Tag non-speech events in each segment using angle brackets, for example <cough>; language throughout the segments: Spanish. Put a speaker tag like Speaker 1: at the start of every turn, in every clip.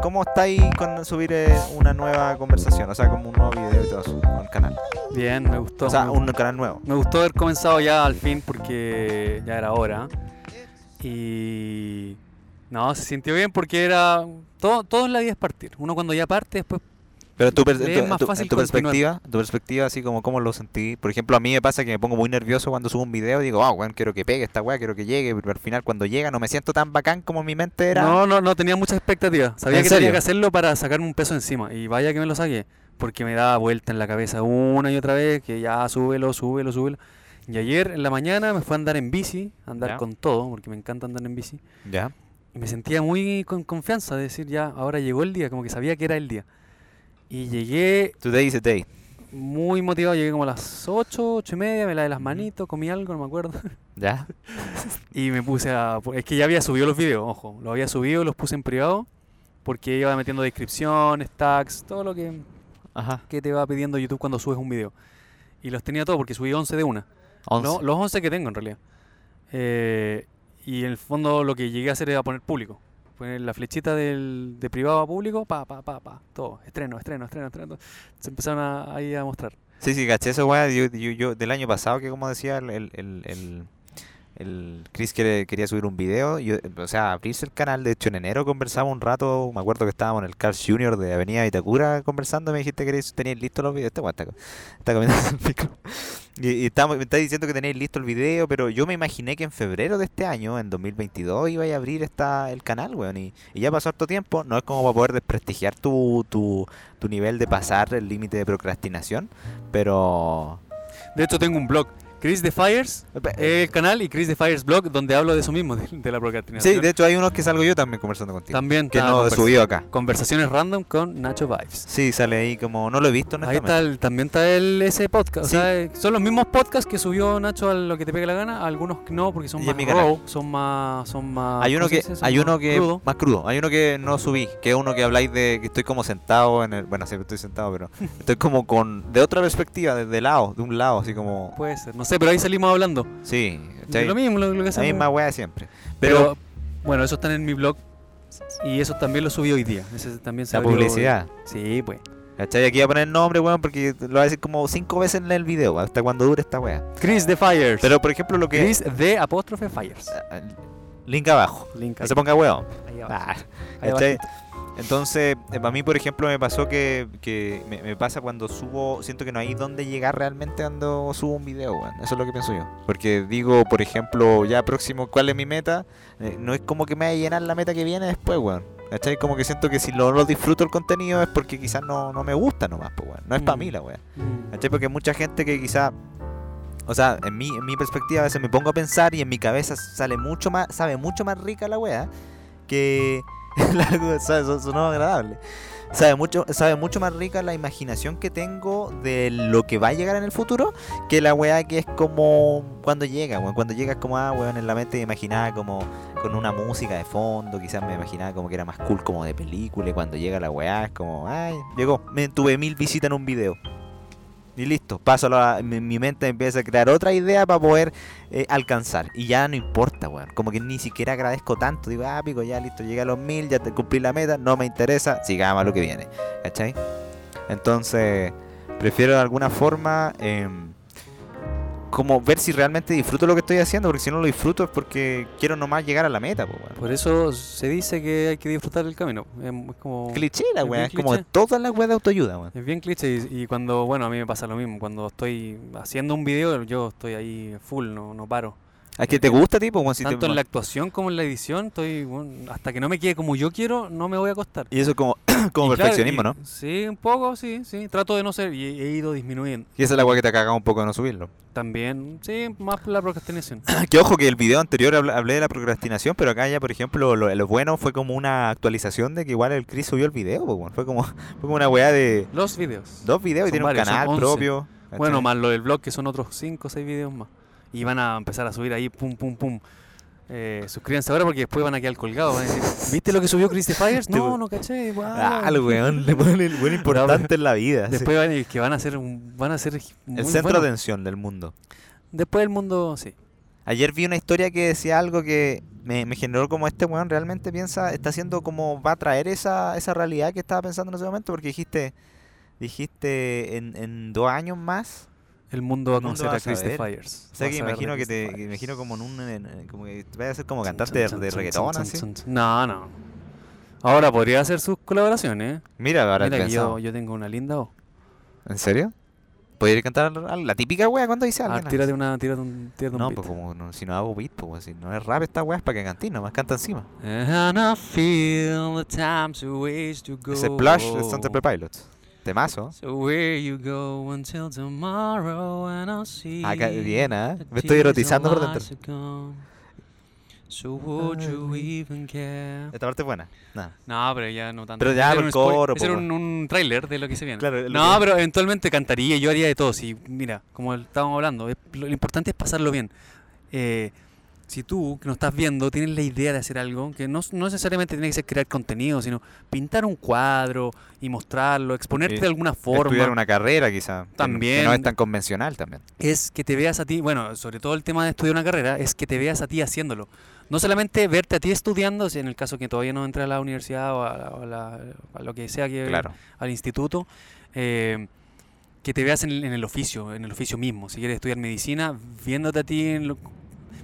Speaker 1: ¿Cómo estáis con subir eh, una nueva conversación? O sea, como un nuevo video y todo eso, un canal.
Speaker 2: Bien, me gustó.
Speaker 1: O sea,
Speaker 2: me-
Speaker 1: un canal nuevo.
Speaker 2: Me gustó haber comenzado ya al fin porque ya era hora. Y. No, se sintió bien porque era. Todo, todo en la vida es partir. Uno cuando ya parte, después.
Speaker 1: Pero tu, per-
Speaker 2: Le es
Speaker 1: tu-
Speaker 2: más
Speaker 1: tu-
Speaker 2: fácil
Speaker 1: en tu
Speaker 2: continuar.
Speaker 1: perspectiva, tu perspectiva, así como cómo lo sentí. Por ejemplo, a mí me pasa que me pongo muy nervioso cuando subo un video y digo, ah, weón, quiero que pegue esta weá, quiero que llegue, pero al final cuando llega no me siento tan bacán como en mi mente era.
Speaker 2: No, no, no tenía muchas expectativas. Sabía
Speaker 1: ¿En
Speaker 2: que
Speaker 1: serio?
Speaker 2: tenía que hacerlo para sacarme un peso encima. Y vaya que me lo saqué. Porque me daba vuelta en la cabeza una y otra vez. Que ya súbelo, súbelo, súbelo. Y ayer en la mañana me fue a andar en bici. A andar
Speaker 1: Ya.
Speaker 2: con todo, porque me encanta andar en bici.
Speaker 1: Ya.
Speaker 2: Y me sentía muy con confianza de decir, ya, ahora llegó el día, como que sabía que era el día. Y llegué
Speaker 1: Today is the day.
Speaker 2: muy motivado, llegué como a las 8, 8 y media, me lavé las manitos, comí algo, no me acuerdo. <laughs>
Speaker 1: Ya.
Speaker 2: Y me puse a... po- Es que ya había subido los videos, ojo, los había subido, los puse en privado, porque iba metiendo descripciones, tags, todo lo que,
Speaker 1: Ajá.
Speaker 2: que te va pidiendo YouTube cuando subes un video. Y los tenía todos, porque subí 11 de una.
Speaker 1: Once.
Speaker 2: No, los 11 que tengo en realidad. Eh, y en el fondo lo que llegué a hacer era poner público. Poner la flechita del, de privado a público, pa, pa, pa, pa. Todo. Estreno, estreno, estreno, estreno. Se empezaron a, ahí a mostrar.
Speaker 1: Sí, sí, caché esa weá yo, yo- yo- del año pasado que como decía el, el, el, el- el Chris que quería subir un video, yo- o sea, abrirse el canal, de hecho en enero conversamos un rato, me acuerdo que estábamos en el Carl Junior de Avenida Vitacura conversando, y me dijiste que queréis- teníais listos los videos, esta weá está, co- está comiendo <laughs> el micro. Y, y estábamos- me estáis diciendo que tenéis listo el video, pero yo me imaginé que en febrero de este año, en 2022, iba a abrir esta, el canal, weón, y, y ya pasó harto tiempo, no es como para poder desprestigiar tu, tu, tu nivel de pasar el límite de procrastinación. Pero.
Speaker 2: De hecho, tengo un blog. Chris The Fires, el canal, y Chris The Fires blog, donde hablo de eso mismo, <laughs> de, de la procrastinación.
Speaker 1: eh, Sí, de hecho hay unos que salgo yo también conversando contigo.
Speaker 2: También
Speaker 1: que
Speaker 2: está
Speaker 1: no he
Speaker 2: conversa-
Speaker 1: subido acá.
Speaker 2: Conversaciones random con Nacho Vibes.
Speaker 1: Sí, sale ahí como. No lo he visto,
Speaker 2: Ahí está
Speaker 1: honestamente.
Speaker 2: el- también está el, ese podcast.
Speaker 1: Sí.
Speaker 2: O sea, eh, son los mismos podcasts que subió Nacho a lo que te pegue la gana. Algunos que no, porque son
Speaker 1: Y en
Speaker 2: más
Speaker 1: mi canal.
Speaker 2: raw, son más, son más.
Speaker 1: Hay uno
Speaker 2: ¿cómo se
Speaker 1: que.
Speaker 2: dice? Son
Speaker 1: Hay
Speaker 2: más
Speaker 1: uno que.
Speaker 2: crudo.
Speaker 1: Más crudo. Hay uno que no subí. Que es uno que habláis de. Que estoy como sentado en el. Bueno, siempre estoy sentado,
Speaker 2: <laughs>
Speaker 1: pero. Estoy como con. De otra perspectiva, desde lado. De un lado, así como.
Speaker 2: Puede ser. No sé, pero ahí salimos hablando.
Speaker 1: Sí.
Speaker 2: De
Speaker 1: ¿cachai?
Speaker 2: Pues, lo mismo, lo, lo que
Speaker 1: La misma
Speaker 2: hacemos.
Speaker 1: wea de siempre.
Speaker 2: Pero,
Speaker 1: Pero.
Speaker 2: bueno, eso están en mi blog. Y eso también lo subí hoy día. Ese también se
Speaker 1: la
Speaker 2: abrió hoy.
Speaker 1: publicidad.
Speaker 2: Sí, pues.
Speaker 1: ¿Cachai? Aquí voy a poner el nombre, weón, porque lo voy a decir como cinco veces en el video, hasta cuando dure esta wea.
Speaker 2: Chris the Fires.
Speaker 1: Pero por ejemplo, lo que. Ah,
Speaker 2: Chris de apóstrofe Fires.
Speaker 1: Link abajo.
Speaker 2: Link
Speaker 1: No
Speaker 2: ahí,
Speaker 1: se ponga weón.
Speaker 2: ahí abajo.
Speaker 1: Ah,
Speaker 2: Ahí
Speaker 1: ¿cachai?
Speaker 2: abajito.
Speaker 1: Entonces, para mí, por ejemplo, me pasó que, que me, me pasa cuando subo, siento que no hay dónde llegar realmente cuando subo un video, weón. Eso es lo que pienso yo. Porque digo, por ejemplo, ya próximo, ¿cuál es mi meta? Eh, no es como que me vaya a llenar la meta que viene después, weón. ¿Cachai? Como que siento que si no, no disfruto el contenido es porque quizás no, no me gusta nomás, pues, weón. No es para
Speaker 2: Mm.
Speaker 1: mí la weón.
Speaker 2: Mm.
Speaker 1: ¿Cachai? Porque mucha gente que quizá, o sea, en mi, en mi perspectiva a veces me pongo a pensar y en mi cabeza sale mucho más, sabe mucho más rica la wea que <laughs> la wea, sabe, su- sonó agradable. Sabe mucho, sabe mucho más rica la imaginación que tengo de lo que va a llegar en el futuro que la weá que es como cuando llega, weón. Cuando llega es como, ah, weón, en la mente me imaginaba como con una música de fondo, quizás me imaginaba como que era más cool como de película y cuando llega la weá es como, ay, llegó, me tuve mil visitas en un video. Y listo, paso a la- mi, mi mente empieza a crear otra idea para poder eh, alcanzar. Y ya no importa, weón. Como que ni siquiera agradezco tanto. Digo, ah, pico, ya listo, llegué a los mil, ya te cumplí la meta, no me interesa, sigamos a lo que viene. ¿Cachai? Entonces, prefiero de alguna forma em, como ver si realmente disfruto lo que estoy haciendo, porque si no lo disfruto es porque quiero nomás llegar a la meta, pues, weón.
Speaker 2: Por eso se dice que hay que disfrutar el camino. Em, Es como.
Speaker 1: Cliché la
Speaker 2: Es
Speaker 1: weá,
Speaker 2: bien
Speaker 1: es como
Speaker 2: cliché.
Speaker 1: todas las weas de autoayuda, weón.
Speaker 2: Es bien cliché y, y cuando, bueno, a mí me pasa lo mismo. Cuando estoy haciendo un video, yo estoy ahí full, no, no paro.
Speaker 1: ¿A que te gusta, tipo? weón? Si te-
Speaker 2: Tanto en la actuación como en la edición, estoy, bueno, hasta que no me quede como yo quiero, no me voy a acostar.
Speaker 1: Y eso es como, <coughs> como
Speaker 2: Y claro,
Speaker 1: perfeccionismo,
Speaker 2: y-
Speaker 1: ¿no?
Speaker 2: Sí, un poco, sí, sí. Trato de no ser, y he ido disminuyendo.
Speaker 1: Y esa es la weá que te ha cagado un poco de no subirlo. <clears throat>
Speaker 2: También, sí, más la
Speaker 1: <coughs>
Speaker 2: procrastinación.
Speaker 1: Que ojo que el video anterior habl- hablé de la procrastinación, pero acá ya, por ejemplo, lo, lo bueno fue como una actualización de que igual el Chris subió el video, po, weón. fue como <laughs> fue como una weá de
Speaker 2: Los videos.
Speaker 1: dos videos y
Speaker 2: Son
Speaker 1: tiene
Speaker 2: varios,
Speaker 1: un
Speaker 2: son
Speaker 1: canal
Speaker 2: 11.
Speaker 1: propio. ¿cachai?
Speaker 2: Bueno, más lo del blog, que son otros 5 o 6 videos más. Y van a empezar a subir ahí, pum, pum, pum. Eh, suscríbanse ahora porque después van a quedar colgados. Van
Speaker 1: <laughs>
Speaker 2: a decir, ¿viste lo que subió Chris The Fires?
Speaker 1: Este
Speaker 2: No,
Speaker 1: weón.
Speaker 2: no caché.
Speaker 1: Ah,
Speaker 2: guau".
Speaker 1: el weón, le pone
Speaker 2: <laughs>
Speaker 1: el buen importante en la vida. sí.
Speaker 2: Después van, y que van a ser, un- van a ser muy
Speaker 1: el centro
Speaker 2: buenos.
Speaker 1: de atención del mundo.
Speaker 2: Después el mundo, sí.
Speaker 1: Ayer vi una historia que decía algo que me, me generó como este weón realmente piensa, está haciendo como va a traer esa, esa realidad que estaba pensando en ese momento, porque dijiste, dijiste en, en dos años más.
Speaker 2: El mundo va a
Speaker 1: El mundo
Speaker 2: conocer
Speaker 1: va
Speaker 2: a
Speaker 1: a
Speaker 2: Chris
Speaker 1: saber.
Speaker 2: the Fires.
Speaker 1: O sea
Speaker 2: Va a
Speaker 1: que
Speaker 2: saber de
Speaker 1: imagino que
Speaker 2: Chris the
Speaker 1: te que
Speaker 2: Fires.
Speaker 1: imagino como en un en- en- como que vaya a ser como
Speaker 2: Chan,
Speaker 1: cantante de,
Speaker 2: chan,
Speaker 1: de
Speaker 2: chan,
Speaker 1: reggaetón
Speaker 2: chan,
Speaker 1: así.
Speaker 2: chan, chan. No, no. Ahora podría hacer sus colaboraciones. ¿eh?
Speaker 1: Mira, ahora
Speaker 2: Mira que
Speaker 1: pensado.
Speaker 2: yo, yo tengo una linda voz.
Speaker 1: ¿En serio? ¿Podría ir a cantar al- la típica wea cuando dice
Speaker 2: A ver,
Speaker 1: alguien? algo?
Speaker 2: Ah, tírate una, tírate un, tírate un
Speaker 1: No,
Speaker 2: beat.
Speaker 1: pues como no- si no hago beat, pues weón, si no es rap esta wea es para que cantí, nomás canta encima.
Speaker 2: And Eh, I feel the time's a ways to go.
Speaker 1: Ese plush de Stone Temple Pilots. Temazo.
Speaker 2: So where you go until tomorrow and I'll see.
Speaker 1: Acá, bien, ¿eh?
Speaker 2: the
Speaker 1: Me estoy
Speaker 2: tears
Speaker 1: erotizando
Speaker 2: and
Speaker 1: por dentro.
Speaker 2: lies are gone. So would you even care?
Speaker 1: Esta parte es buena. Nada.
Speaker 2: No, pero ya no tanto.
Speaker 1: Pero
Speaker 2: Ese
Speaker 1: ya,
Speaker 2: era
Speaker 1: por
Speaker 2: un
Speaker 1: coro,
Speaker 2: ese
Speaker 1: po,
Speaker 2: era un, un tráiler de lo que se viene.
Speaker 1: Claro, es lo
Speaker 2: no,
Speaker 1: que-
Speaker 2: pero eventualmente cantaría, yo haría de todo. Si, mira, como el- estábamos hablando, es- lo, lo importante es pasarlo bien. Eh, si tú, que nos estás viendo, tienes la idea de hacer algo, que no, no necesariamente tiene que ser crear contenido, sino pintar un cuadro y mostrarlo, exponerte
Speaker 1: Eh,
Speaker 2: de alguna forma.
Speaker 1: Estudiar una carrera quizá. que no- Que no es
Speaker 2: También.
Speaker 1: tan convencional también.
Speaker 2: es que te veas a ti, bueno, sobre todo el tema de estudiar una carrera, es que te veas a ti haciéndolo. No solamente verte a ti estudiando, si en el caso que todavía no entres a la universidad o a, o a la- a lo que sea, que,
Speaker 1: Claro.
Speaker 2: al instituto, eh, que te veas en, el- en el oficio, en el oficio mismo. Si quieres estudiar medicina, viéndote a ti en lo-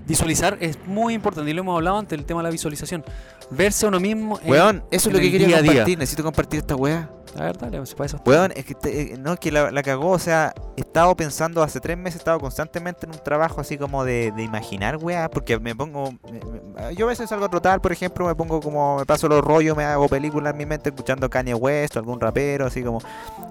Speaker 2: Visualizar es muy importante y lo hemos hablado antes, el tema de la visualización. Verse a uno mismo. en-
Speaker 1: Weón, eso es lo
Speaker 2: eh, en
Speaker 1: que
Speaker 2: el
Speaker 1: quería
Speaker 2: día a día.
Speaker 1: compartir. Necesito compartir esta wea.
Speaker 2: A ver, dale, pues, para eso.
Speaker 1: Weón, es que te- eh, no, que la, la cagó, o sea, he estado pensando hace tres meses, he estado constantemente en un trabajo así como de, de imaginar, weá, porque me pongo, me- me- yo a veces salgo a trotar, por ejemplo, me pongo como, me paso los rollos, me hago películas en mi mente escuchando Kanye West o algún rapero, así como,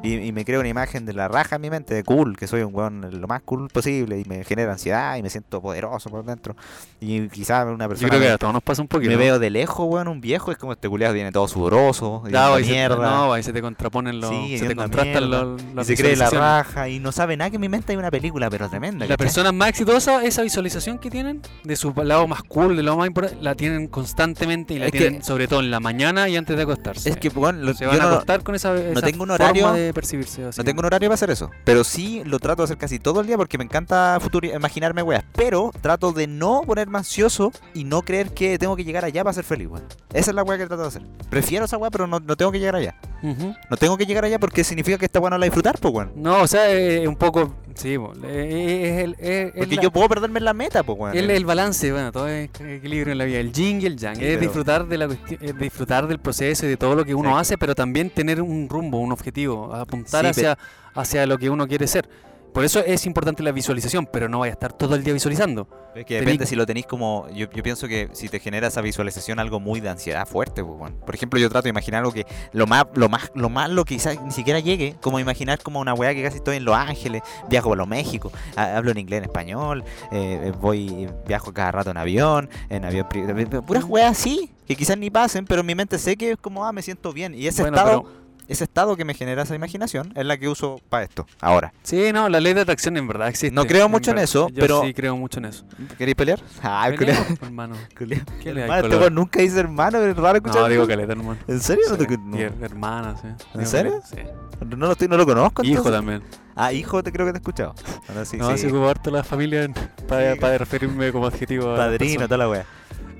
Speaker 1: y, y me creo una imagen de la raja en mi mente, de cool, que soy un weón lo más cool posible, y me genera ansiedad, y me siento poderoso por dentro, y quizás una persona...
Speaker 2: Yo creo que
Speaker 1: me-
Speaker 2: a todos nos pasa un poquito.
Speaker 1: me
Speaker 2: ¿no?
Speaker 1: veo de lejos, weón, un viejo, es como este culiado viene todo sudoroso, y
Speaker 2: Claro, ahí se,
Speaker 1: mierda.
Speaker 2: no, ahí se te contraponen los.
Speaker 1: Sí,
Speaker 2: se te
Speaker 1: yendo a
Speaker 2: contrastan
Speaker 1: mierda.
Speaker 2: los.
Speaker 1: Y
Speaker 2: las
Speaker 1: se cree la
Speaker 2: visualizaciones.
Speaker 1: raja y no sabe nada que en mi mente hay una película, pero tremenda.
Speaker 2: Las
Speaker 1: ¿cachai?
Speaker 2: personas más exitosas, esa visualización que tienen de su lado más cool, del lado más importante, la tienen constantemente y la
Speaker 1: Es que-
Speaker 2: tienen sobre todo en la mañana y antes de acostarse.
Speaker 1: Es que, weón, lo-
Speaker 2: se
Speaker 1: yo
Speaker 2: van a
Speaker 1: no,
Speaker 2: acostar con esa, esa
Speaker 1: tengo un
Speaker 2: forma
Speaker 1: horario-
Speaker 2: de percibirse. así
Speaker 1: no
Speaker 2: que-
Speaker 1: tengo un horario para hacer eso. Pero sí lo trato de hacer casi todo el día porque me encanta futuri- imaginarme weas. Pero trato de no ponerme ansioso y no creer que tengo que llegar allá para ser feliz, weón. Esa es la wea que trato de hacer. Prefiero esa wea, pero no, no tengo que llegar allá.
Speaker 2: Ujú.
Speaker 1: No tengo que llegar allá porque significa que esta wea no la disfrutar, pues, weón.
Speaker 2: No, o sea, es un poco. Sí, bo, eh, es el, es- es
Speaker 1: Porque
Speaker 2: la-
Speaker 1: yo puedo perderme en la meta, pues, weón.
Speaker 2: el, el balance, bueno, todo es equilibrio en la vida, el yin y el yang,
Speaker 1: Sí,
Speaker 2: es
Speaker 1: pero-
Speaker 2: disfrutar de la cuestión, es disfrutar del proceso y de todo lo que uno
Speaker 1: Exacto.
Speaker 2: hace, pero también tener un rumbo, un objetivo, apuntar
Speaker 1: Sí,
Speaker 2: hacia, hacia lo que uno quiere ser. Por eso es importante la visualización, pero no vaya a estar todo el día visualizando.
Speaker 1: Es que
Speaker 2: Tení-
Speaker 1: depende si lo tenéis como. Yo, yo pienso que si te genera esa visualización algo muy de ansiedad fuerte, pues, weón. Por ejemplo, yo trato de imaginar algo que lo más, lo más, lo más lo que quizás ni siquiera llegue, como imaginar como una weá que casi estoy en Los Ángeles, viajo por los México, ha- hablo en inglés, en español, eh, eh, voy, viajo cada rato en avión, en avión pri- eh, eh, puras weas así, que quizás ni pasen, pero en mi mente sé que es como, ah, me siento bien. Y ese
Speaker 2: Bueno,
Speaker 1: estado,
Speaker 2: pero-
Speaker 1: ese estado que me genera esa imaginación es la que uso para esto. Ahora.
Speaker 2: sí, no, la ley de atracción en verdad existe.
Speaker 1: No creo mucho en
Speaker 2: verdad.
Speaker 1: eso,
Speaker 2: Yo
Speaker 1: pero-
Speaker 2: sí creo mucho en eso.
Speaker 1: ¿Queréis pelear? <laughs> Ah, culiao,
Speaker 2: Veneno, <laughs> hermano.
Speaker 1: culiao.
Speaker 2: ¿Qué le da
Speaker 1: Hermano, este
Speaker 2: color?
Speaker 1: weón nunca dice hermano, es raro escuchar.
Speaker 2: No, digo caleta, hermano.
Speaker 1: ¿En serio? No,
Speaker 2: Sí,
Speaker 1: te- no-
Speaker 2: tía- hermana, sí. Digo
Speaker 1: serio?
Speaker 2: caleta,
Speaker 1: no lo, estoy- no lo conozco.
Speaker 2: sí. Hijo
Speaker 1: entonces.
Speaker 2: también.
Speaker 1: Ah, hijo, te creo que te he escuchado. Bueno, sí,
Speaker 2: no,
Speaker 1: sí.
Speaker 2: sí, ocupo harto la familia en- para,
Speaker 1: Sí.
Speaker 2: para referirme como adjetivo. a la
Speaker 1: Padrino,
Speaker 2: persona.
Speaker 1: toda la wea.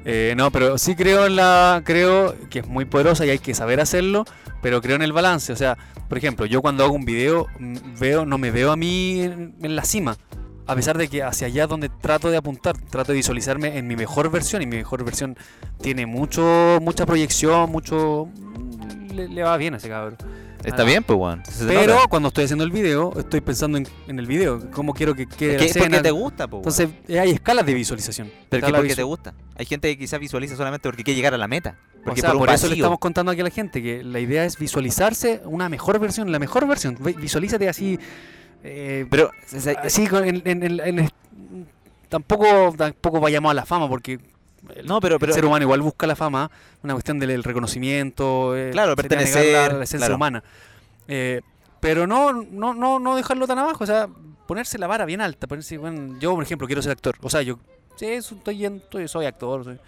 Speaker 2: Eh, no, pero sí creo en la. Creo que es muy poderosa y hay que saber hacerlo, pero creo en el balance. O sea, por ejemplo, yo cuando hago un video, mm, veo, no me veo a mí en, en la cima. A pesar de que hacia allá es donde trato de apuntar, trato de visualizarme en mi mejor versión. Y mi mejor versión tiene mucho, mucha proyección, mucho. mm, Le, le va bien a ese cabrón.
Speaker 1: Está
Speaker 2: Ah.
Speaker 1: bien, pues, weón. se
Speaker 2: Pero
Speaker 1: nota.
Speaker 2: cuando estoy haciendo el video, estoy pensando en, en el video, cómo quiero que quede
Speaker 1: Es
Speaker 2: la
Speaker 1: que es porque
Speaker 2: escena.
Speaker 1: te gusta, pues.
Speaker 2: Entonces, eh, hay escalas de visualización.
Speaker 1: pero que
Speaker 2: Escalas
Speaker 1: porque
Speaker 2: visu-
Speaker 1: te gusta. Hay gente que quizás visualiza solamente porque quiere llegar a la meta. Porque
Speaker 2: o sea,
Speaker 1: por
Speaker 2: por,
Speaker 1: un
Speaker 2: eso le
Speaker 1: vacío.
Speaker 2: estamos contando aquí a la gente que la idea es visualizarse una mejor versión, la mejor versión. Ve- Visualízate así. eh,
Speaker 1: Pero, o sea,
Speaker 2: así, con- en- en- en- en est- tampoco, tampoco vayamos a la fama, porque el,
Speaker 1: no, pero, pero
Speaker 2: el ser humano igual busca la fama, una cuestión del el reconocimiento, eh,
Speaker 1: Claro,
Speaker 2: sería negar
Speaker 1: pertenecer,
Speaker 2: la, la esencia
Speaker 1: claro.
Speaker 2: humana. Eh, pero no, no, no, no dejarlo tan abajo, o sea, ponerse la vara bien alta. Ponerse, bueno, yo, por ejemplo, quiero ser actor. O sea, yo sí, eso estoy yendo, estoy- soy actor. soy-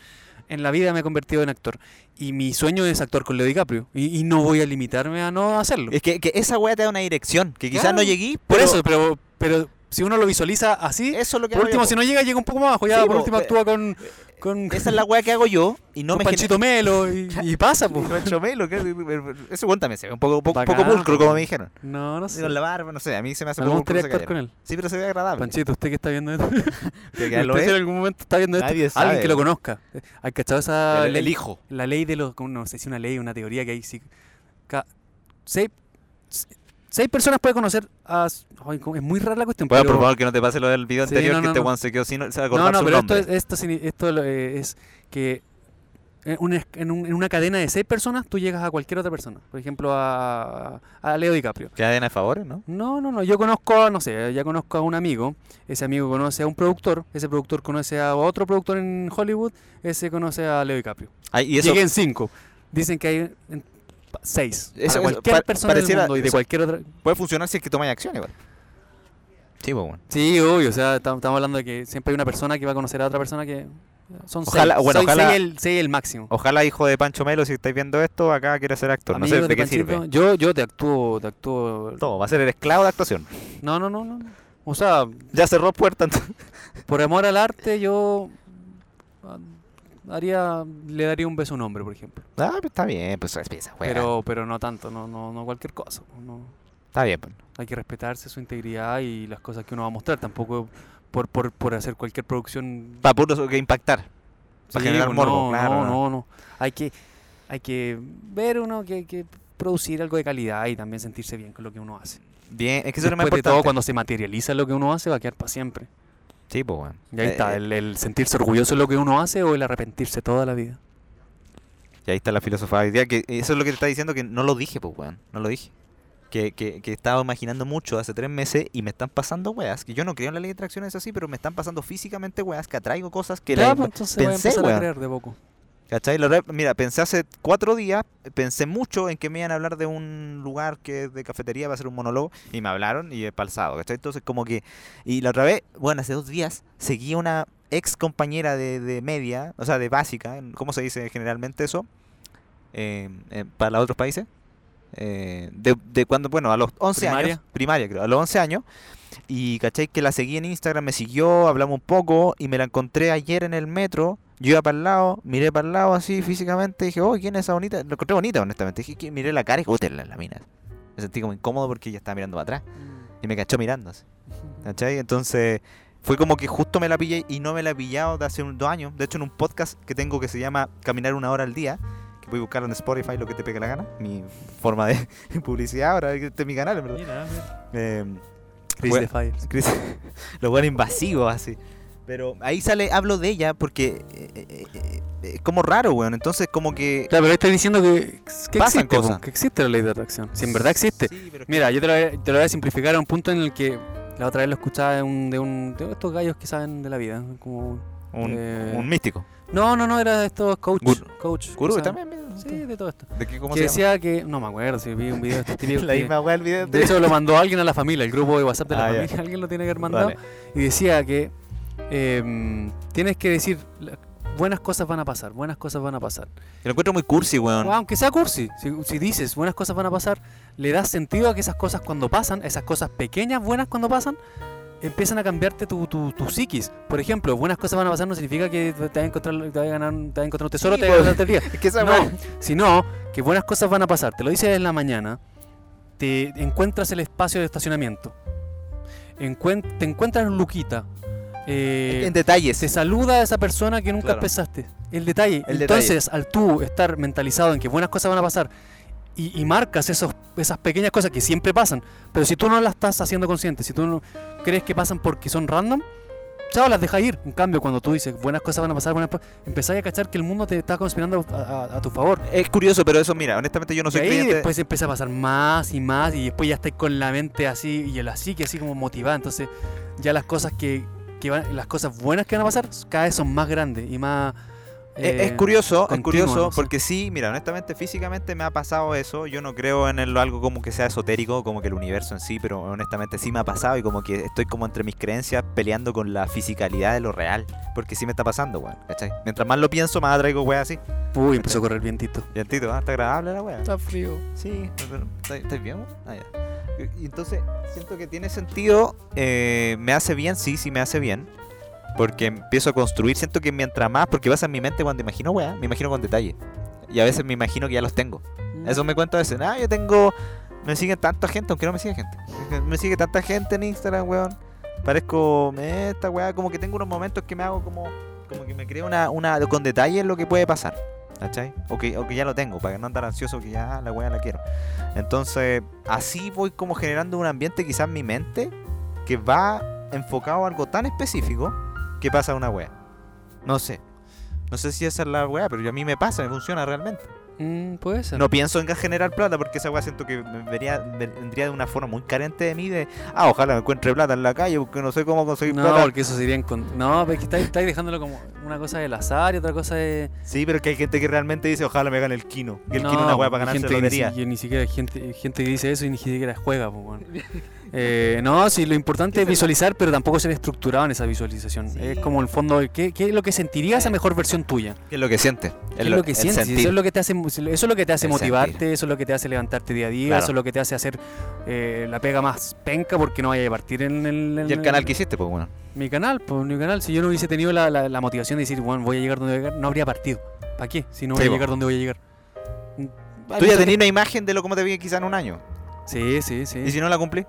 Speaker 2: en la vida me he convertido en actor. Y mi sueño es actuar con Leo DiCaprio. Y, y no voy a limitarme a no hacerlo.
Speaker 1: es que, que esa wea te da una dirección. Que quizás
Speaker 2: Claro.
Speaker 1: no llegué,
Speaker 2: Por
Speaker 1: pero-
Speaker 2: eso, pero, pero si uno lo visualiza así,
Speaker 1: Eso es lo que hago
Speaker 2: por
Speaker 1: yo,
Speaker 2: último,
Speaker 1: po.
Speaker 2: si no llega, llega un poco más abajo. Ya,
Speaker 1: Sí,
Speaker 2: por
Speaker 1: po,
Speaker 2: último,
Speaker 1: pe-
Speaker 2: actúa con, <laughs> con,
Speaker 1: Esa es la weá que hago yo y no
Speaker 2: con
Speaker 1: me
Speaker 2: Panchito Melo
Speaker 1: <laughs>
Speaker 2: y, y pasa, pues.
Speaker 1: genera- Pancho Melo, que- Eso cuéntame, se ve un poco, un poco, un poco
Speaker 2: Bacán,
Speaker 1: pulcro,
Speaker 2: po.
Speaker 1: como me dijeron.
Speaker 2: No, no sé.
Speaker 1: Con la barba, no sé, a mí se me hace
Speaker 2: Me
Speaker 1: poco
Speaker 2: gustaría
Speaker 1: pulcro. esa
Speaker 2: actuar con
Speaker 1: cadera.
Speaker 2: él.
Speaker 1: Sí, pero se ve agradable.
Speaker 2: Panchito, usted que está
Speaker 1: <laughs>
Speaker 2: viendo esto.
Speaker 1: Que ya
Speaker 2: usted
Speaker 1: lo
Speaker 2: si en
Speaker 1: es.
Speaker 2: algún momento está viendo
Speaker 1: Nadie
Speaker 2: esto.
Speaker 1: sabe.
Speaker 2: Alguien que lo conozca. ¿Has cachado esa
Speaker 1: El, el
Speaker 2: ley?
Speaker 1: hijo.
Speaker 2: La ley de los. como No sé si una ley, una teoría que hay. sí. Ca- seis, se- seis personas puede conocer a. s- ay, cómo- es muy rara la cuestión.
Speaker 1: Bueno,
Speaker 2: pero-
Speaker 1: por favor, que no te pase lo del video
Speaker 2: Sí,
Speaker 1: anterior,
Speaker 2: no,
Speaker 1: que
Speaker 2: no,
Speaker 1: este
Speaker 2: no.
Speaker 1: one se quedó sin se acordar
Speaker 2: No, no,
Speaker 1: su
Speaker 2: pero esto
Speaker 1: nombre.
Speaker 2: es, esto, signi- esto lo- eh, es que en una, en un- en una cadena de seis personas tú llegas a cualquier otra persona. Por ejemplo, a, a Leo DiCaprio.
Speaker 1: Cadena de favores, ¿no?
Speaker 2: No, no, no. Yo conozco, a, no sé, ya conozco a un amigo. Ese amigo conoce a un productor. Ese productor conoce a otro productor en Hollywood. Ese conoce a Leo DiCaprio.
Speaker 1: Ay, Ah, y eso,
Speaker 2: Lleguen cinco. Dicen que hay en- pa- seis.
Speaker 1: Eso- eso,
Speaker 2: para cualquier
Speaker 1: pa-
Speaker 2: persona del
Speaker 1: pareciera-
Speaker 2: mundo y de
Speaker 1: eso-
Speaker 2: cualquier otra.
Speaker 1: Puede funcionar si es que tomáis acción igual. Sí, pues bueno.
Speaker 2: Sí, obvio, o sea, tam- estamos hablando de que siempre hay una persona que va a conocer a otra persona que son
Speaker 1: Ojalá-
Speaker 2: seis,
Speaker 1: bueno,
Speaker 2: soy
Speaker 1: ojalá-
Speaker 2: seis el, seis el máximo.
Speaker 1: Ojalá, hijo de Pancho Melo, si estáis viendo esto, acá quiere ser actor. no sé
Speaker 2: Amigos
Speaker 1: de qué
Speaker 2: Panchito,
Speaker 1: sirve.
Speaker 2: Yo, yo te actúo, te actúo.
Speaker 1: Todo, va a ser el esclavo de actuación.
Speaker 2: No, no, no, no. no. O sea,
Speaker 1: Ya cerró puerta. entonces.
Speaker 2: por amor al arte, yo ah, haría, le daría un beso a un hombre, por ejemplo.
Speaker 1: <laughs> Ah, pues está bien, pues respira, weá.
Speaker 2: Pero, pero no tanto, no, no, no cualquier cosa. no.
Speaker 1: Está bien, pues.
Speaker 2: Hay que respetarse su integridad y las cosas que uno va a mostrar. Tampoco por, por, por hacer cualquier producción
Speaker 1: Para puro que impactar. Para
Speaker 2: Sí,
Speaker 1: generar
Speaker 2: pues,
Speaker 1: morbo,
Speaker 2: no,
Speaker 1: claro.
Speaker 2: No, no, no. Hay que, hay que ver uno que, que producir algo de calidad y también sentirse bien con lo que uno hace.
Speaker 1: Bien, es que eso es lo más
Speaker 2: Después de
Speaker 1: importante.
Speaker 2: todo, cuando se materializa lo que uno hace, va a quedar para siempre.
Speaker 1: Sí, pues bueno.
Speaker 2: Y ahí
Speaker 1: Eh,
Speaker 2: está,
Speaker 1: eh,
Speaker 2: el, el sentirse orgulloso de lo que uno hace o el arrepentirse toda la vida.
Speaker 1: Y ahí está la filosofía hoy día, que eso es lo que te está diciendo que no lo dije, pues, weón, no lo dije. Que, que, que estaba imaginando mucho hace tres meses y me están pasando weas, que yo no creo en la ley de atracción, es así, pero me están pasando físicamente weas, que atraigo cosas que
Speaker 2: Ya,
Speaker 1: la
Speaker 2: pues, entonces voy a
Speaker 1: pensé,
Speaker 2: empezar
Speaker 1: weón.
Speaker 2: a creer de poco.
Speaker 1: ¿Cachai? La otra vez, mira, pensé hace cuatro días, pensé mucho en que me iban a hablar de un lugar que es de cafetería va a ser un monólogo y me hablaron y he palsado, ¿cachai? Entonces como que... Y la otra vez, bueno, hace dos días seguí a una ex compañera de, de media, o sea, de básica, en- ¿cómo se dice generalmente eso? Eh, eh, para los otros países. Eh, de, de cuando, bueno, a los 11 años,
Speaker 2: Primaria.
Speaker 1: primaria creo, a los 11 años. Y cachai que la seguí en Instagram, me siguió, hablamos un poco y me la encontré ayer en el metro. Yo iba para el lado, miré para el lado así físicamente, dije, oh, ¿quién es esa bonita? La encontré bonita, honestamente. Dije, "¿Quién?". miré la cara y dije, "Puta, la, la mina. Me sentí como incómodo porque ella estaba mirando para atrás y me cachó mirando así, ¿cachai? Entonces fue como que justo me la pillé y no me la he pillado de hace un- dos años. De hecho, en un podcast que tengo que se llama Caminar una hora al día, que voy a buscar en Spotify lo que te pegue la gana, mi forma de <laughs> publicidad ahora, que este es mi canal, en verdad. Em,
Speaker 2: Chris
Speaker 1: Bueno.
Speaker 2: de Fires.
Speaker 1: Chris, <laughs> los buenos invasivos así. Pero ahí sale, hablo de ella porque eh, eh, eh, es como raro, weón. Entonces como que...
Speaker 2: Claro, pero estoy diciendo que, que
Speaker 1: Pasan
Speaker 2: existe, po,
Speaker 1: cosas.
Speaker 2: que existe la ley de atracción. Si en verdad existe.
Speaker 1: Sí, pero es que-
Speaker 2: Mira, yo te lo, voy a- te lo voy a simplificar a un punto en el que la otra vez lo escuchaba de un, de un de estos gallos que saben de la vida, como
Speaker 1: un,
Speaker 2: eh,
Speaker 1: un místico.
Speaker 2: no, no, no, era de estos coach,
Speaker 1: Gurú.
Speaker 2: coach, que
Speaker 1: Gurú
Speaker 2: saben-
Speaker 1: también. mira,
Speaker 2: Sí, de todo esto.
Speaker 1: ¿De qué, cómo
Speaker 2: Que
Speaker 1: se llama?
Speaker 2: decía que no me acuerdo si vi un
Speaker 1: <laughs>
Speaker 2: video de estos típicos
Speaker 1: La
Speaker 2: que-
Speaker 1: misma weá del video. <laughs>
Speaker 2: de hecho lo mandó alguien a la familia, el grupo de WhatsApp de la
Speaker 1: Ah, ya.
Speaker 2: familia, <laughs> alguien lo tiene que haber mandado
Speaker 1: Vale.
Speaker 2: y decía que em, tienes que decir la- buenas cosas van a pasar, buenas cosas van a pasar.
Speaker 1: Lo encuentro muy cursi, weón.
Speaker 2: O Aunque sea cursi, si, si dices buenas cosas van a pasar, le das sentido a que esas cosas cuando pasan, esas cosas pequeñas buenas cuando pasan, empiezan a cambiarte tu, tu, tu psiquis. Por ejemplo, buenas cosas van a pasar no significa que te vas a encontrar, te vas a ganar, un- te vas a encontrar un tesoro,
Speaker 1: Sí,
Speaker 2: te vas a
Speaker 1: pues.
Speaker 2: ganar la lotería.
Speaker 1: Es que esa weá- <laughs>
Speaker 2: No, sino que buenas cosas van a pasar. Te lo dices en la mañana, te encuentras el espacio de estacionamiento, encuent- te encuentras un Luquita. eh,
Speaker 1: en detalles.
Speaker 2: se saluda a esa persona que nunca
Speaker 1: Claro.
Speaker 2: pensaste. El detalle.
Speaker 1: El
Speaker 2: Entonces, al tú estar mentalizado en que buenas cosas van a pasar y, y marcas esos, esas pequeñas cosas que siempre pasan, pero si tú no las estás haciendo consciente, si tú no crees que pasan porque son random, chao, las dejas ir. En cambio, cuando tú dices buenas cosas van a pasar, buenas pa-", empezás a cachar que el mundo te está conspirando a, a- a tu favor.
Speaker 1: Es curioso, pero eso, mira, honestamente yo no
Speaker 2: y
Speaker 1: soy
Speaker 2: ahí
Speaker 1: creyente.
Speaker 2: después empieza a pasar más y más y después ya estás con la mente así y el así que así como motivada. Entonces ya las cosas que, que van, las cosas buenas que van a pasar cada vez son más grandes y más...
Speaker 1: E-, Es- es
Speaker 2: eh,
Speaker 1: curioso, es
Speaker 2: continua,
Speaker 1: curioso,
Speaker 2: no sé.
Speaker 1: porque sí, mira, honestamente, físicamente me ha pasado eso. Yo no creo en el- algo como que sea esotérico, como que el universo en sí, pero honestamente sí me ha pasado y como que estoy como entre mis creencias peleando con la fisicalidad de lo real, porque sí me está pasando, weón, ¿cachai? Mientras más lo pienso, más atraigo, weón, así.
Speaker 2: Uy, empezó a correr vientito.
Speaker 1: Llantito, ¿ah? está agradable la weá.
Speaker 2: Está frío.
Speaker 1: Sí, pero- pero- ¿estáis estáis bien, weón? Ah, ya. Y entonces siento que tiene sentido, eh, me hace bien, sí, sí me hace bien. Porque empiezo a construir, siento que mientras más, porque pasa en mi mente cuando imagino weá, me imagino con detalle. Y a veces me imagino que ya los tengo. Eso me cuento a veces, ah, yo tengo, me sigue tanta gente, aunque no me sigue gente. <laughs> Me sigue tanta gente en Instagram, weón. Parezco, eh, esta weá, como que tengo unos momentos que me hago como, como que me creo una, una, con detalle lo que puede pasar. ¿Cachai? O que, o que ya lo tengo, para que no andar ansioso que ya la weá la quiero. Entonces, así voy como generando un ambiente quizás en mi mente que va enfocado a algo tan específico que pasa una wea. No sé. No sé si esa es la wea, pero a mí me pasa, me funciona realmente.
Speaker 2: Mm, puede ser.
Speaker 1: No pienso en generar plata porque esa weá siento que me vería- me- vendría de una forma muy carente de mí de, ah, ojalá me encuentre plata en la calle porque no sé cómo conseguir
Speaker 2: No,
Speaker 1: plata.
Speaker 2: porque eso sería en con- No, pero es que estáis, estáis dejándolo como una cosa del azar y otra cosa de.
Speaker 1: Sí, pero que hay gente que realmente dice, ojalá me gane el kino. Y el
Speaker 2: no,
Speaker 1: kino
Speaker 2: pues,
Speaker 1: es una weá
Speaker 2: hay
Speaker 1: para ganarse
Speaker 2: gente
Speaker 1: la
Speaker 2: que ni
Speaker 1: lotería.
Speaker 2: si- que ni siquiera gente, gente que dice eso y ni siquiera juega, pues, bueno. Eh, no, sí, lo importante es visualizar, pero tampoco ser estructurado en esa visualización.
Speaker 1: Sí.
Speaker 2: Es como el fondo, de ¿qué, ¿qué es lo que sentiría esa mejor versión tuya?
Speaker 1: ¿Qué es lo que siente?
Speaker 2: ¿Qué es lo que
Speaker 1: el
Speaker 2: sientes?
Speaker 1: sentir.
Speaker 2: Eso es lo que te hace, eso es lo que te hace
Speaker 1: El
Speaker 2: motivarte,
Speaker 1: sentir.
Speaker 2: eso es lo que te hace levantarte día a día,
Speaker 1: Claro.
Speaker 2: eso es lo que te hace hacer eh, la pega más penca porque no vaya a partir en el, en
Speaker 1: Y el
Speaker 2: el-
Speaker 1: canal que hiciste, pues bueno.
Speaker 2: Mi canal, pues mi canal. Si yo no hubiese tenido la, la- la motivación de decir, bueno, voy a llegar donde voy a llegar, no habría partido. ¿Para qué? Si no voy
Speaker 1: Sí,
Speaker 2: a
Speaker 1: po.
Speaker 2: llegar donde voy a llegar. Mm, hay
Speaker 1: Tú ya
Speaker 2: mucha
Speaker 1: tenías una imagen de lo cómo te vi quizás en un año.
Speaker 2: gente- Sí, sí, sí.
Speaker 1: Y si no la cumplí,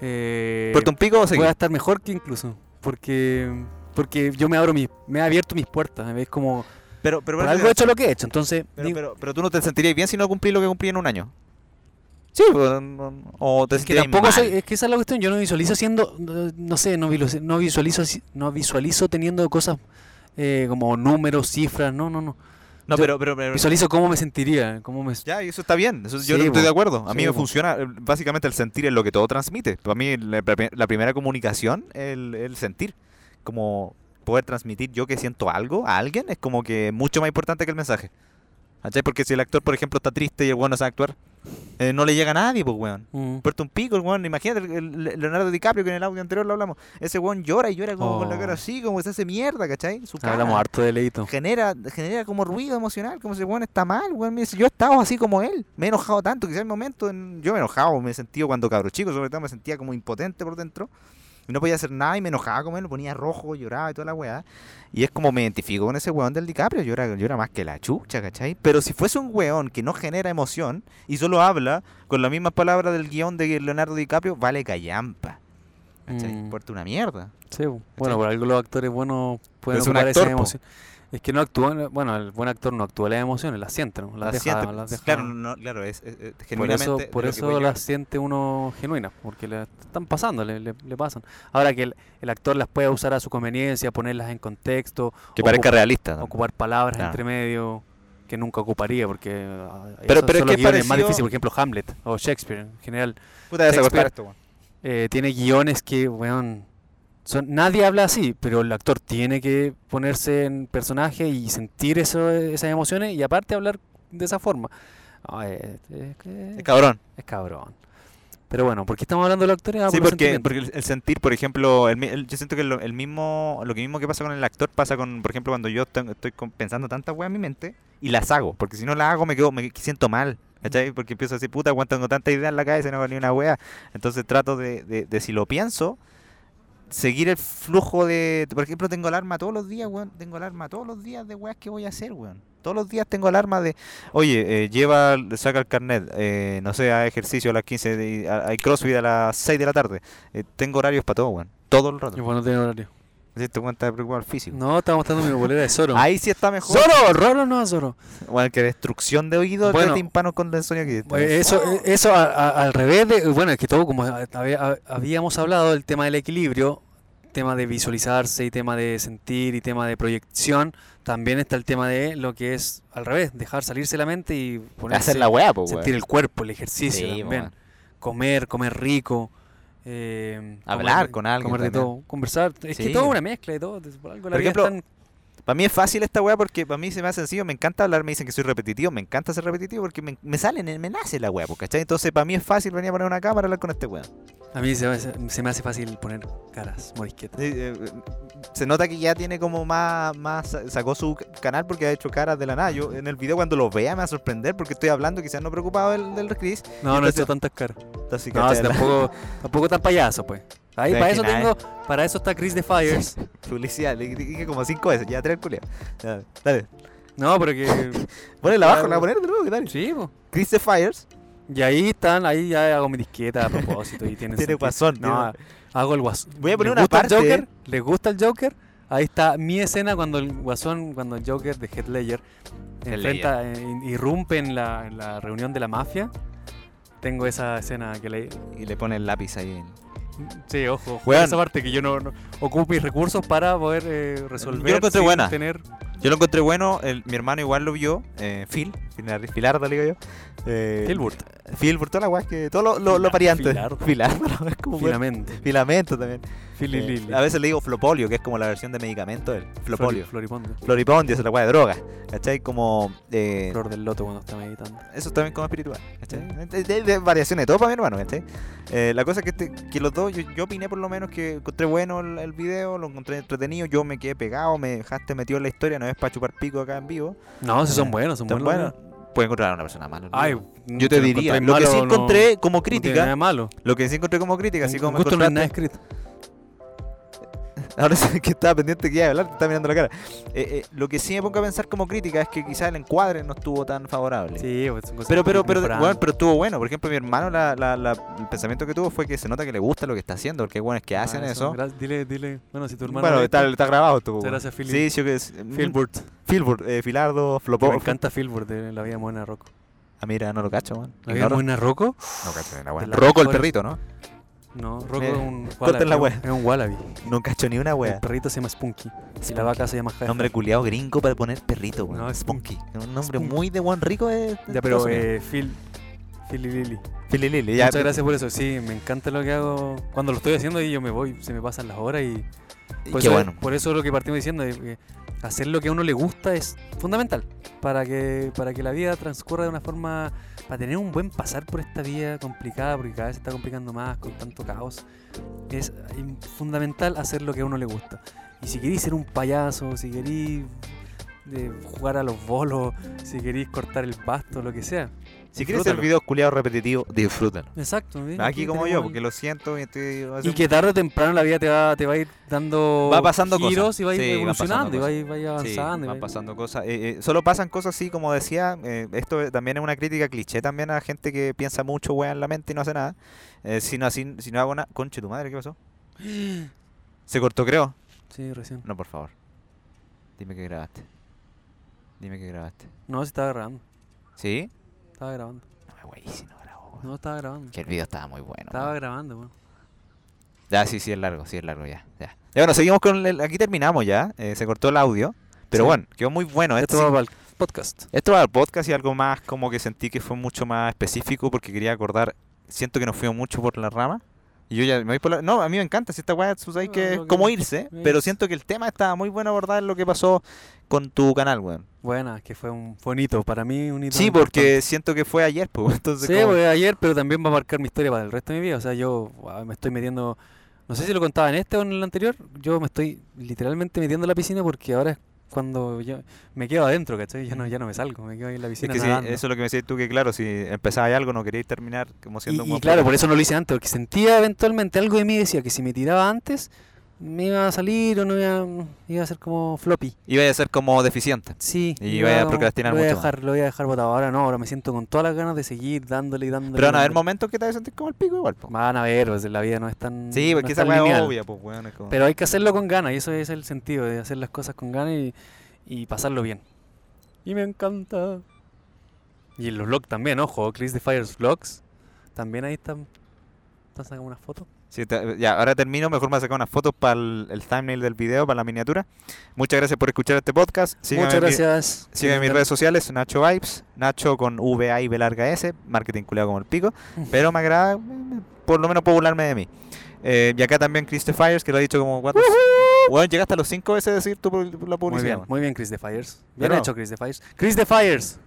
Speaker 2: Eh,
Speaker 1: ¿por un pico o seguí?
Speaker 2: voy a estar mejor que incluso. Porque porque yo me abro mis, me he abierto mis puertas. Es como,
Speaker 1: Pero, pero,
Speaker 2: por
Speaker 1: pero-
Speaker 2: algo he hecho lo que he hecho. Entonces,
Speaker 1: pero,
Speaker 2: digo,
Speaker 1: pero- pero tú no te sentirías bien si no cumplí lo que cumplí en un año. Sí, pues, no- no- o te
Speaker 2: es que
Speaker 1: sentirías
Speaker 2: tampoco
Speaker 1: mal.
Speaker 2: soy, es que esa es la cuestión. Yo no visualizo siendo, no, no sé, no visualizo, no visualizo, así- no visualizo teniendo cosas eh, como números, cifras. No, no, no.
Speaker 1: No,
Speaker 2: yo-
Speaker 1: pero, pero, pero-
Speaker 2: Visualizo cómo me sentiría, cómo me,
Speaker 1: ya, y eso está bien. Eso,
Speaker 2: Sí,
Speaker 1: yo no estoy
Speaker 2: po.
Speaker 1: de acuerdo. A mí
Speaker 2: Sí,
Speaker 1: me
Speaker 2: po.
Speaker 1: funciona, eh, básicamente, el sentir es lo que todo transmite. Para mí, la, pri- la primera comunicación es el, el sentir. Como poder transmitir yo que siento algo a alguien es como que mucho más importante que el mensaje. ¿Cachai? Porque si el actor, por ejemplo, está triste y el weón no sabe actuar, eh, no le llega a nadie, pues, weón.
Speaker 2: Mm.
Speaker 1: Puerto un pico, el weón. Imagínate el- el Leonardo DiCaprio que en el audio anterior lo hablamos. Ese weón llora y llora como con la
Speaker 2: Oh.
Speaker 1: cara así, como se hace mierda, ¿cachai? Su cara.
Speaker 2: Hablamos harto de Leito.
Speaker 1: Genera, genera como ruido emocional, como si el weón está mal, weón. Me dice, yo he estado así como él. Me he enojado tanto, quizás el momento. en- Yo me he enojado, me he sentido cuando cabro chico, sobre todo me sentía como impotente por dentro. Y no podía hacer nada y me enojaba como él, me ponía rojo, lloraba y toda la weá. Y es como me identifico con ese weón del DiCaprio, yo era, yo era más que la chucha, ¿cachai? Pero si fuese un weón que no genera emoción y solo habla con las mismas palabras del guión de Leonardo DiCaprio, vale callampa. ¿Cachai?
Speaker 2: Mm.
Speaker 1: Importa una mierda.
Speaker 2: Sí, bu- bueno, por algo los actores buenos pueden
Speaker 1: es un
Speaker 2: ocupar
Speaker 1: actor,
Speaker 2: esas
Speaker 1: po.
Speaker 2: emociones. Es que no actúan, bueno, el buen actor no actúa las emociones, las siente, ¿no? Las,
Speaker 1: Las
Speaker 2: deja,
Speaker 1: siente-
Speaker 2: las deja-
Speaker 1: Claro, no, claro, es, es- es
Speaker 2: Por
Speaker 1: genuinamente.
Speaker 2: eso,
Speaker 1: de
Speaker 2: por
Speaker 1: lo que
Speaker 2: eso
Speaker 1: voy yo.
Speaker 2: las siente uno genuinas, porque le están pasando, le, le- le pasan. Ahora que el, el actor las puede usar a su conveniencia, ponerlas en contexto,
Speaker 1: Que parezca
Speaker 2: ocup-
Speaker 1: realista. ¿no?
Speaker 2: ocupar palabras
Speaker 1: Claro.
Speaker 2: entre medio que nunca ocuparía, porque ah,
Speaker 1: Pero-
Speaker 2: esos
Speaker 1: pero es
Speaker 2: son
Speaker 1: que
Speaker 2: los
Speaker 1: es
Speaker 2: guiones más difíciles,
Speaker 1: parecido-
Speaker 2: por ejemplo, Hamlet o Shakespeare en general.
Speaker 1: Puta, ya se
Speaker 2: Shakespeare-
Speaker 1: cortar esto, weón.
Speaker 2: eh, tiene guiones que, weón, son, nadie habla así, pero el actor tiene que ponerse en personaje y sentir eso, esas emociones y aparte hablar de esa forma. Ah, eh, es, que-
Speaker 1: Es cabrón.
Speaker 2: es cabrón. Pero bueno, ¿por qué estamos hablando de los actores? Ah,
Speaker 1: sí,
Speaker 2: por los
Speaker 1: porque,
Speaker 2: sentimientos.
Speaker 1: porque el el sentir, por ejemplo, el mi- el- yo siento que lo, el mismo, lo que mismo que pasa con el actor pasa con, por ejemplo, cuando yo ten- estoy con- pensando tantas weas en mi mente y las hago, porque si no las hago me quedo, me siento mal, ¿cachai? Porque empiezo a decir, puta, cuánto tengo tantas ideas en la cabeza y no hago ni una wea. Entonces trato de, de, de si lo pienso, seguir el flujo de, por ejemplo, tengo alarma todos los días, weón, tengo alarma todos los días de weas que voy a hacer, weón. Todos los días tengo alarma de, oye, eh, lleva, saca el carnet, eh, no sé, a ejercicio a las 15, de- a- hay crossfit a las 6 de la tarde. Eh, tengo horarios para todo, weón. Todo el
Speaker 2: Y
Speaker 1: rato.
Speaker 2: bueno, no tiene horario.
Speaker 1: Si te cuenta de preocupar al físico.
Speaker 2: No, estaba mostrando mi bolera de Zoro.
Speaker 1: Ahí sí está mejor.
Speaker 2: ¡Zoro! ¡Roro no, Zoro!
Speaker 1: Bueno, que destrucción de oídos
Speaker 2: Bueno.
Speaker 1: de tímpano con el sueño que
Speaker 2: Eh, Eso, eh, eso a- a- al revés de, bueno, es que todo como a- a- a- habíamos hablado del tema del equilibrio, tema de visualizarse y tema de sentir y tema de proyección, también está el tema de lo que es al revés, dejar salirse la mente y ponerse,
Speaker 1: Hacer la weá, pues,
Speaker 2: eh, sentir el cuerpo, el ejercicio
Speaker 1: Sí,
Speaker 2: también,
Speaker 1: weón.
Speaker 2: comer, comer rico, eh,
Speaker 1: Hablar
Speaker 2: comer-
Speaker 1: con alguien
Speaker 2: comer de
Speaker 1: también.
Speaker 2: todo, conversar, es
Speaker 1: Sí.
Speaker 2: que todo es una mezcla de todo, por algo la
Speaker 1: Por
Speaker 2: vida es
Speaker 1: ejemplo,
Speaker 2: tan-
Speaker 1: Para mí es fácil esta weá porque para mí se me hace sencillo. Me encanta hablar, me dicen que soy repetitivo. Me encanta ser repetitivo porque me, me sale, me nace la weá, pues, ¿cachai? Entonces para mí es fácil venir a poner una cámara a hablar con este weá.
Speaker 2: A mí se, me hace- se me hace fácil poner caras morisquetas.
Speaker 1: Eh, eh, Se nota que ya tiene como más, más. Sacó su canal porque ha hecho caras de la nada. Yo en el video cuando lo vea me va a sorprender porque estoy hablando, quizás no preocupado del, del Chris.
Speaker 2: No, no he
Speaker 1: entonces-
Speaker 2: hecho tantas caras.
Speaker 1: Entonces,
Speaker 2: No,
Speaker 1: ¿cachai?
Speaker 2: si
Speaker 1: <laughs>
Speaker 2: tampoco, tampoco tan payaso, pues. Ahí,
Speaker 1: No,
Speaker 2: para
Speaker 1: es
Speaker 2: eso
Speaker 1: que nada,
Speaker 2: tengo, para eso está Chris
Speaker 1: <laughs>
Speaker 2: de Fires. <laughs>
Speaker 1: Publicidad, le dije como cinco veces, ya tres culiao. Ya, Dale.
Speaker 2: No, pero que.
Speaker 1: <laughs> Ponela abajo,
Speaker 2: Claro.
Speaker 1: la voy a poner de nuevo, ¿qué tal?
Speaker 2: Sí, po.
Speaker 1: Chris the Fires
Speaker 2: Y ahí están, ahí ya hago mi disqueta a propósito. Y
Speaker 1: <laughs>
Speaker 2: tienen
Speaker 1: tiene
Speaker 2: sentido.
Speaker 1: guasón.
Speaker 2: No,
Speaker 1: tiene-
Speaker 2: hago el guasón.
Speaker 1: Voy a poner
Speaker 2: ¿Les
Speaker 1: una
Speaker 2: gusta el
Speaker 1: parte. eh?
Speaker 2: Joker? ¿Les gusta el Joker? Ahí está mi escena cuando el guasón, cuando el Joker de Heath Ledger
Speaker 1: Heath
Speaker 2: enfrenta, eh, irrumpe en la, en la reunión de la mafia. Tengo esa escena que le.
Speaker 1: Y le pone el lápiz ahí. en-
Speaker 2: Sí, ojo, ojo,
Speaker 1: Weón.
Speaker 2: esa parte que yo no, no- ocupo mis recursos para poder eh, resolver.
Speaker 1: encontré
Speaker 2: sin
Speaker 1: buena.
Speaker 2: Tener...
Speaker 1: Yo lo encontré bueno, el- mi hermano igual lo vio, eh, Phil, Filar- Filardo le digo yo. Eh,
Speaker 2: Tilburt,
Speaker 1: Phil, por toda la guay, que todos los los- los
Speaker 2: Filar-
Speaker 1: variantes.
Speaker 2: Filardo.
Speaker 1: <laughs> Filardo, es como bueno.
Speaker 2: finalmente.
Speaker 1: Filamento también. Eh,
Speaker 2: Fililili.
Speaker 1: a veces le digo flopolio, que es como la versión de medicamento del flopolio.
Speaker 2: Flori- Floripondio.
Speaker 1: Floripondio es la guay de droga. ¿Cachai? Como. eh,
Speaker 2: Flor del loto cuando está meditando.
Speaker 1: Eso también como espiritual. ¿cachai? De, de- de variaciones, de todo para mi hermano. ¿cachai? Eh, la cosa es que, este- que los dos, yo, yo opiné por lo menos que encontré bueno el, el video, lo encontré entretenido, yo me quedé pegado, me dejaste metido en la historia, no es para chupar pico acá en vivo.
Speaker 2: No, si son
Speaker 1: Eh,
Speaker 2: buenos, son
Speaker 1: Tan
Speaker 2: buenos.
Speaker 1: bueno. Puede encontrar a una persona mala. en vivo. yo te
Speaker 2: si lo
Speaker 1: diría,
Speaker 2: encontráis
Speaker 1: lo que
Speaker 2: malo,
Speaker 1: sí
Speaker 2: no-
Speaker 1: encontré como
Speaker 2: no tiene nada
Speaker 1: crítica,
Speaker 2: de malo.
Speaker 1: lo que sí encontré como crítica, así
Speaker 2: Un-
Speaker 1: como
Speaker 2: un
Speaker 1: me
Speaker 2: gusto no es nada
Speaker 1: encontraste-
Speaker 2: escrito.
Speaker 1: <laughs> Ahora sí que estaba pendiente que iba a hablar, te estaba mirando la cara. Eh, eh, lo que sí me pongo a pensar como crítica es que quizás el encuadre no estuvo tan favorable.
Speaker 2: Sí, pues, son cosas
Speaker 1: Pero,
Speaker 2: que
Speaker 1: pero,
Speaker 2: van
Speaker 1: pero,
Speaker 2: mejorando.
Speaker 1: weón, pero estuvo bueno. Por ejemplo, mi hermano, la, la- la- el pensamiento que tuvo fue que se nota que le gusta lo que está haciendo, porque hay weones que
Speaker 2: Ah,
Speaker 1: hacen eso.
Speaker 2: gra- Dile, dile. Bueno, si tu hermano.
Speaker 1: Bueno,
Speaker 2: ve
Speaker 1: está,
Speaker 2: esto,
Speaker 1: está grabado tú.
Speaker 2: Muchas
Speaker 1: weón.
Speaker 2: gracias, Philip.
Speaker 1: Sí, sí, que es. mm,
Speaker 2: Filbert.
Speaker 1: Filbert, eh, Filardo,
Speaker 2: que
Speaker 1: Flopo.
Speaker 2: Me encanta Filbert de la vida buena Rocco.
Speaker 1: Ah, mira, no lo cacho, man.
Speaker 2: ¿La vida buena Rocco?
Speaker 1: No cacho ni una wea.
Speaker 2: de la
Speaker 1: Rocco el
Speaker 2: mejor-
Speaker 1: perrito, ¿no?
Speaker 2: No, Rocco
Speaker 1: Eh,
Speaker 2: es un
Speaker 1: corten la
Speaker 2: wallaby.
Speaker 1: wea.
Speaker 2: Es un wallaby.
Speaker 1: No cacho ni una
Speaker 2: El
Speaker 1: wea.
Speaker 2: perrito se llama Spunky. Y
Speaker 1: Spunky.
Speaker 2: la vaca se llama Jaja.
Speaker 1: Nombre culiado gringo para poner perrito, weón.
Speaker 2: No, es-
Speaker 1: Spunky. Un nombre
Speaker 2: Spunky.
Speaker 1: muy de Juan Rico. Eh, de
Speaker 2: Ya, pero
Speaker 1: Estados Unidos.
Speaker 2: eh, Phil. Phil y Lili.
Speaker 1: Fili Lili, ya.
Speaker 2: Muchas gracias por eso. Sí, me encanta lo que hago. Cuando lo estoy haciendo y yo me voy, se me pasan las horas
Speaker 1: Y
Speaker 2: y. Por
Speaker 1: Qué
Speaker 2: Pues eso,
Speaker 1: bueno.
Speaker 2: por eso lo que partimos diciendo, de que hacer lo que a uno le gusta es fundamental para que, para que la vida transcurra de una forma, para tener un buen pasar por esta vida complicada, porque cada vez se está complicando más con tanto caos. Es im- fundamental hacer lo que a uno le gusta. Y si querís ser un payaso, si querís eh, jugar a los bolos, si querís cortar el pasto, lo que sea.
Speaker 1: Si quieres hacer
Speaker 2: disfrútalo.
Speaker 1: videos culiados repetitivos, disfrútalo.
Speaker 2: Exacto. ¿sí?
Speaker 1: Aquí como
Speaker 2: tenemos
Speaker 1: yo,
Speaker 2: el-
Speaker 1: porque lo siento y estoy.
Speaker 2: Y que tarde o temprano la vida te va, te va a ir dando
Speaker 1: Va pasando
Speaker 2: giros
Speaker 1: cosas.
Speaker 2: y va a ir
Speaker 1: Sí, van
Speaker 2: evolucionando
Speaker 1: pasando
Speaker 2: y va a
Speaker 1: cosas.
Speaker 2: ir, va a ir
Speaker 1: Sí,
Speaker 2: avanzando. y va a
Speaker 1: van
Speaker 2: ir-
Speaker 1: pasando cosas. Eh, eh, solo pasan cosas así, como decía, eh, esto es- también es una crítica cliché también a gente que piensa mucho, weá, en la mente y no hace nada. Eh, si, no, así- si no hago nada... Conche, tu madre, ¿qué <gasps> pasó? ¿Se cortó, creo?
Speaker 2: Sí, recién.
Speaker 1: No, por favor. Dime que grabaste. Dime que grabaste.
Speaker 2: No, sí estaba grabando.
Speaker 1: ¿Sí?
Speaker 2: Estaba grabando.
Speaker 1: No, güey, si no grabó. weón.
Speaker 2: No, estaba grabando.
Speaker 1: Que el video estaba muy bueno.
Speaker 2: Estaba
Speaker 1: weón.
Speaker 2: grabando, weón.
Speaker 1: Ya, sí, sí, es largo, sí, es largo, ya. Ya, Ya, bueno, seguimos con... el- aquí terminamos ya. Eh, se cortó el audio. Pero
Speaker 2: Sí.
Speaker 1: bueno, quedó muy bueno.
Speaker 2: Esto
Speaker 1: sí-
Speaker 2: va para el podcast.
Speaker 1: Esto va al podcast y algo más como que sentí que fue mucho más específico porque quería acordar. Siento que nos fuimos mucho por la rama. Y yo ya me voy por la. No, a mí me encanta. Si esta weá, tú sabes
Speaker 2: No,
Speaker 1: que es
Speaker 2: lo que-
Speaker 1: como irse.
Speaker 2: me
Speaker 1: Pero
Speaker 2: irse.
Speaker 1: siento que el tema estaba muy bueno abordar lo que pasó con tu canal, weón.
Speaker 2: Buena, que fue un fue un hito. Para mí, un hito.
Speaker 1: Sí,
Speaker 2: importante.
Speaker 1: porque siento que fue ayer, pues. <laughs> Entonces,
Speaker 2: Sí,
Speaker 1: como-
Speaker 2: fue ayer, pero también va a marcar mi historia para el resto de mi vida. O sea, yo guau, me estoy metiendo. No sé si lo contaba en este o en el anterior. Yo me estoy literalmente metiendo en la piscina porque ahora es cuando yo me quedo adentro, ¿cachai? Ya no, ya no me salgo, me quedo ahí en la
Speaker 1: es
Speaker 2: piscina.
Speaker 1: que sí,
Speaker 2: nadando.
Speaker 1: eso es lo que me decías tú, que claro, si empezabas algo no querías terminar como
Speaker 2: Y,
Speaker 1: siendo un
Speaker 2: y
Speaker 1: buen
Speaker 2: claro, por
Speaker 1: puta.
Speaker 2: eso no lo hice antes, porque sentía eventualmente algo de mí decía que si me tiraba antes, me iba a salir o no iba, iba a ser como floppy.
Speaker 1: Iba a ser como deficiente.
Speaker 2: Sí.
Speaker 1: Y vaya a
Speaker 2: como,
Speaker 1: procrastinar
Speaker 2: lo voy a
Speaker 1: mucho más.
Speaker 2: dejar, Lo voy a dejar botado. Ahora no, ahora me siento con todas las ganas de seguir dándole y dándole.
Speaker 1: Pero van a haber
Speaker 2: dándole.
Speaker 1: momentos que te vas a sentir como el pico igual, po.
Speaker 2: Van a ver, pues, la vida no es tan.
Speaker 1: Sí,
Speaker 2: no
Speaker 1: porque
Speaker 2: es
Speaker 1: esa
Speaker 2: tan
Speaker 1: weá es
Speaker 2: lineal.
Speaker 1: obvia, pues, weón. es como-
Speaker 2: Pero hay que hacerlo con ganas, y eso es el sentido, de hacer las cosas con ganas y, y pasarlo bien. Y me encanta. Y en los vlogs también, ojo, Chris de Fires Vlogs. También ahí están. Están sacando unas fotos.
Speaker 1: Sí, te- ya, ahora termino. Mejor me voy a sacar unas fotos para el, el thumbnail del video, para la miniatura. Muchas gracias por escuchar este podcast. Sígueme
Speaker 2: Muchas
Speaker 1: en mi-
Speaker 2: gracias.
Speaker 1: sígueme en mis redes sociales, Nacho Vibes, Nacho con VA
Speaker 2: <laughs>
Speaker 1: y B larga S, marketing culeado como el pico, pero me agrada, eh, por lo menos puedo burlarme de mí. Eh, y acá también Chris the Fires, que lo ha dicho como cuatro. Bueno, llegaste a los cinco veces a decir tu, pu- la
Speaker 2: Muy
Speaker 1: publicidad.
Speaker 2: bien,
Speaker 1: weón.
Speaker 2: muy bien, Chris the Fires. Bien
Speaker 1: Pero-
Speaker 2: hecho, Chris the Fires. Chris the Fires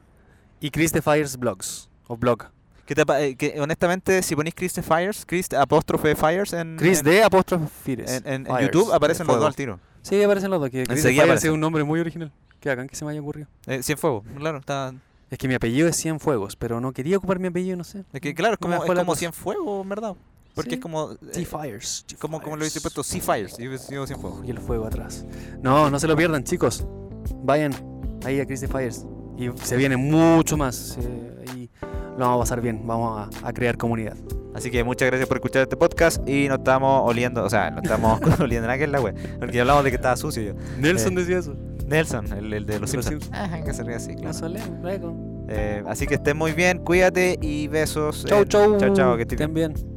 Speaker 2: y Chris the Fires Blogs o blog.
Speaker 1: ¿Qué te pa- eh, que, honestamente, si ponéis Chris the Fires, Chris apóstrofe Fires en,
Speaker 2: Chris
Speaker 1: en-
Speaker 2: de apóstrofe Fires.
Speaker 1: en- en- en
Speaker 2: Fires,
Speaker 1: YouTube
Speaker 2: de
Speaker 1: aparecen los
Speaker 2: fuego.
Speaker 1: dos al tiro.
Speaker 2: Sí, aparecen los dos. Que Chris the
Speaker 1: Enseguida
Speaker 2: Fires es
Speaker 1: aparecen.
Speaker 2: un nombre muy original. Que hagan que se me haya ocurrido.
Speaker 1: Eh, Cienfuegos, claro, está.
Speaker 2: Es que mi apellido es Cienfuegos, pero no quería ocupar mi apellido, no sé.
Speaker 1: Es que, claro, es
Speaker 2: No me
Speaker 1: como, es
Speaker 2: fue la
Speaker 1: como
Speaker 2: cosa.
Speaker 1: Cienfuegos, en verdad. Porque
Speaker 2: Sí.
Speaker 1: es como. eh,
Speaker 2: T-Fires.
Speaker 1: como, como lo pues, hubiese puesto Sea Fires. Yo hubiese sido Cienfuegos.
Speaker 2: Y el fuego atrás. No, no se lo pierdan, chicos. Vayan ahí a Chris the Fires. Y se viene mucho más. eh, y lo vamos a pasar bien. Vamos a, a crear comunidad.
Speaker 1: Así que muchas gracias por escuchar este podcast y nos estamos oliendo, o sea, no <laughs> estamos oliendo nada que es la wea, porque ya hablamos de que estaba sucio yo.
Speaker 2: Nelson
Speaker 1: Eh,
Speaker 2: decía eso.
Speaker 1: Nelson, el, el de los
Speaker 2: De los
Speaker 1: Simpsons. Ajá, que se ríe así, claro.
Speaker 2: Nelson Lane, luego.
Speaker 1: Eh, así que estén muy bien, cuídate y besos.
Speaker 2: Chau,
Speaker 1: en-
Speaker 2: chau.
Speaker 1: Chau, chau, que estés bien.
Speaker 2: estén bien.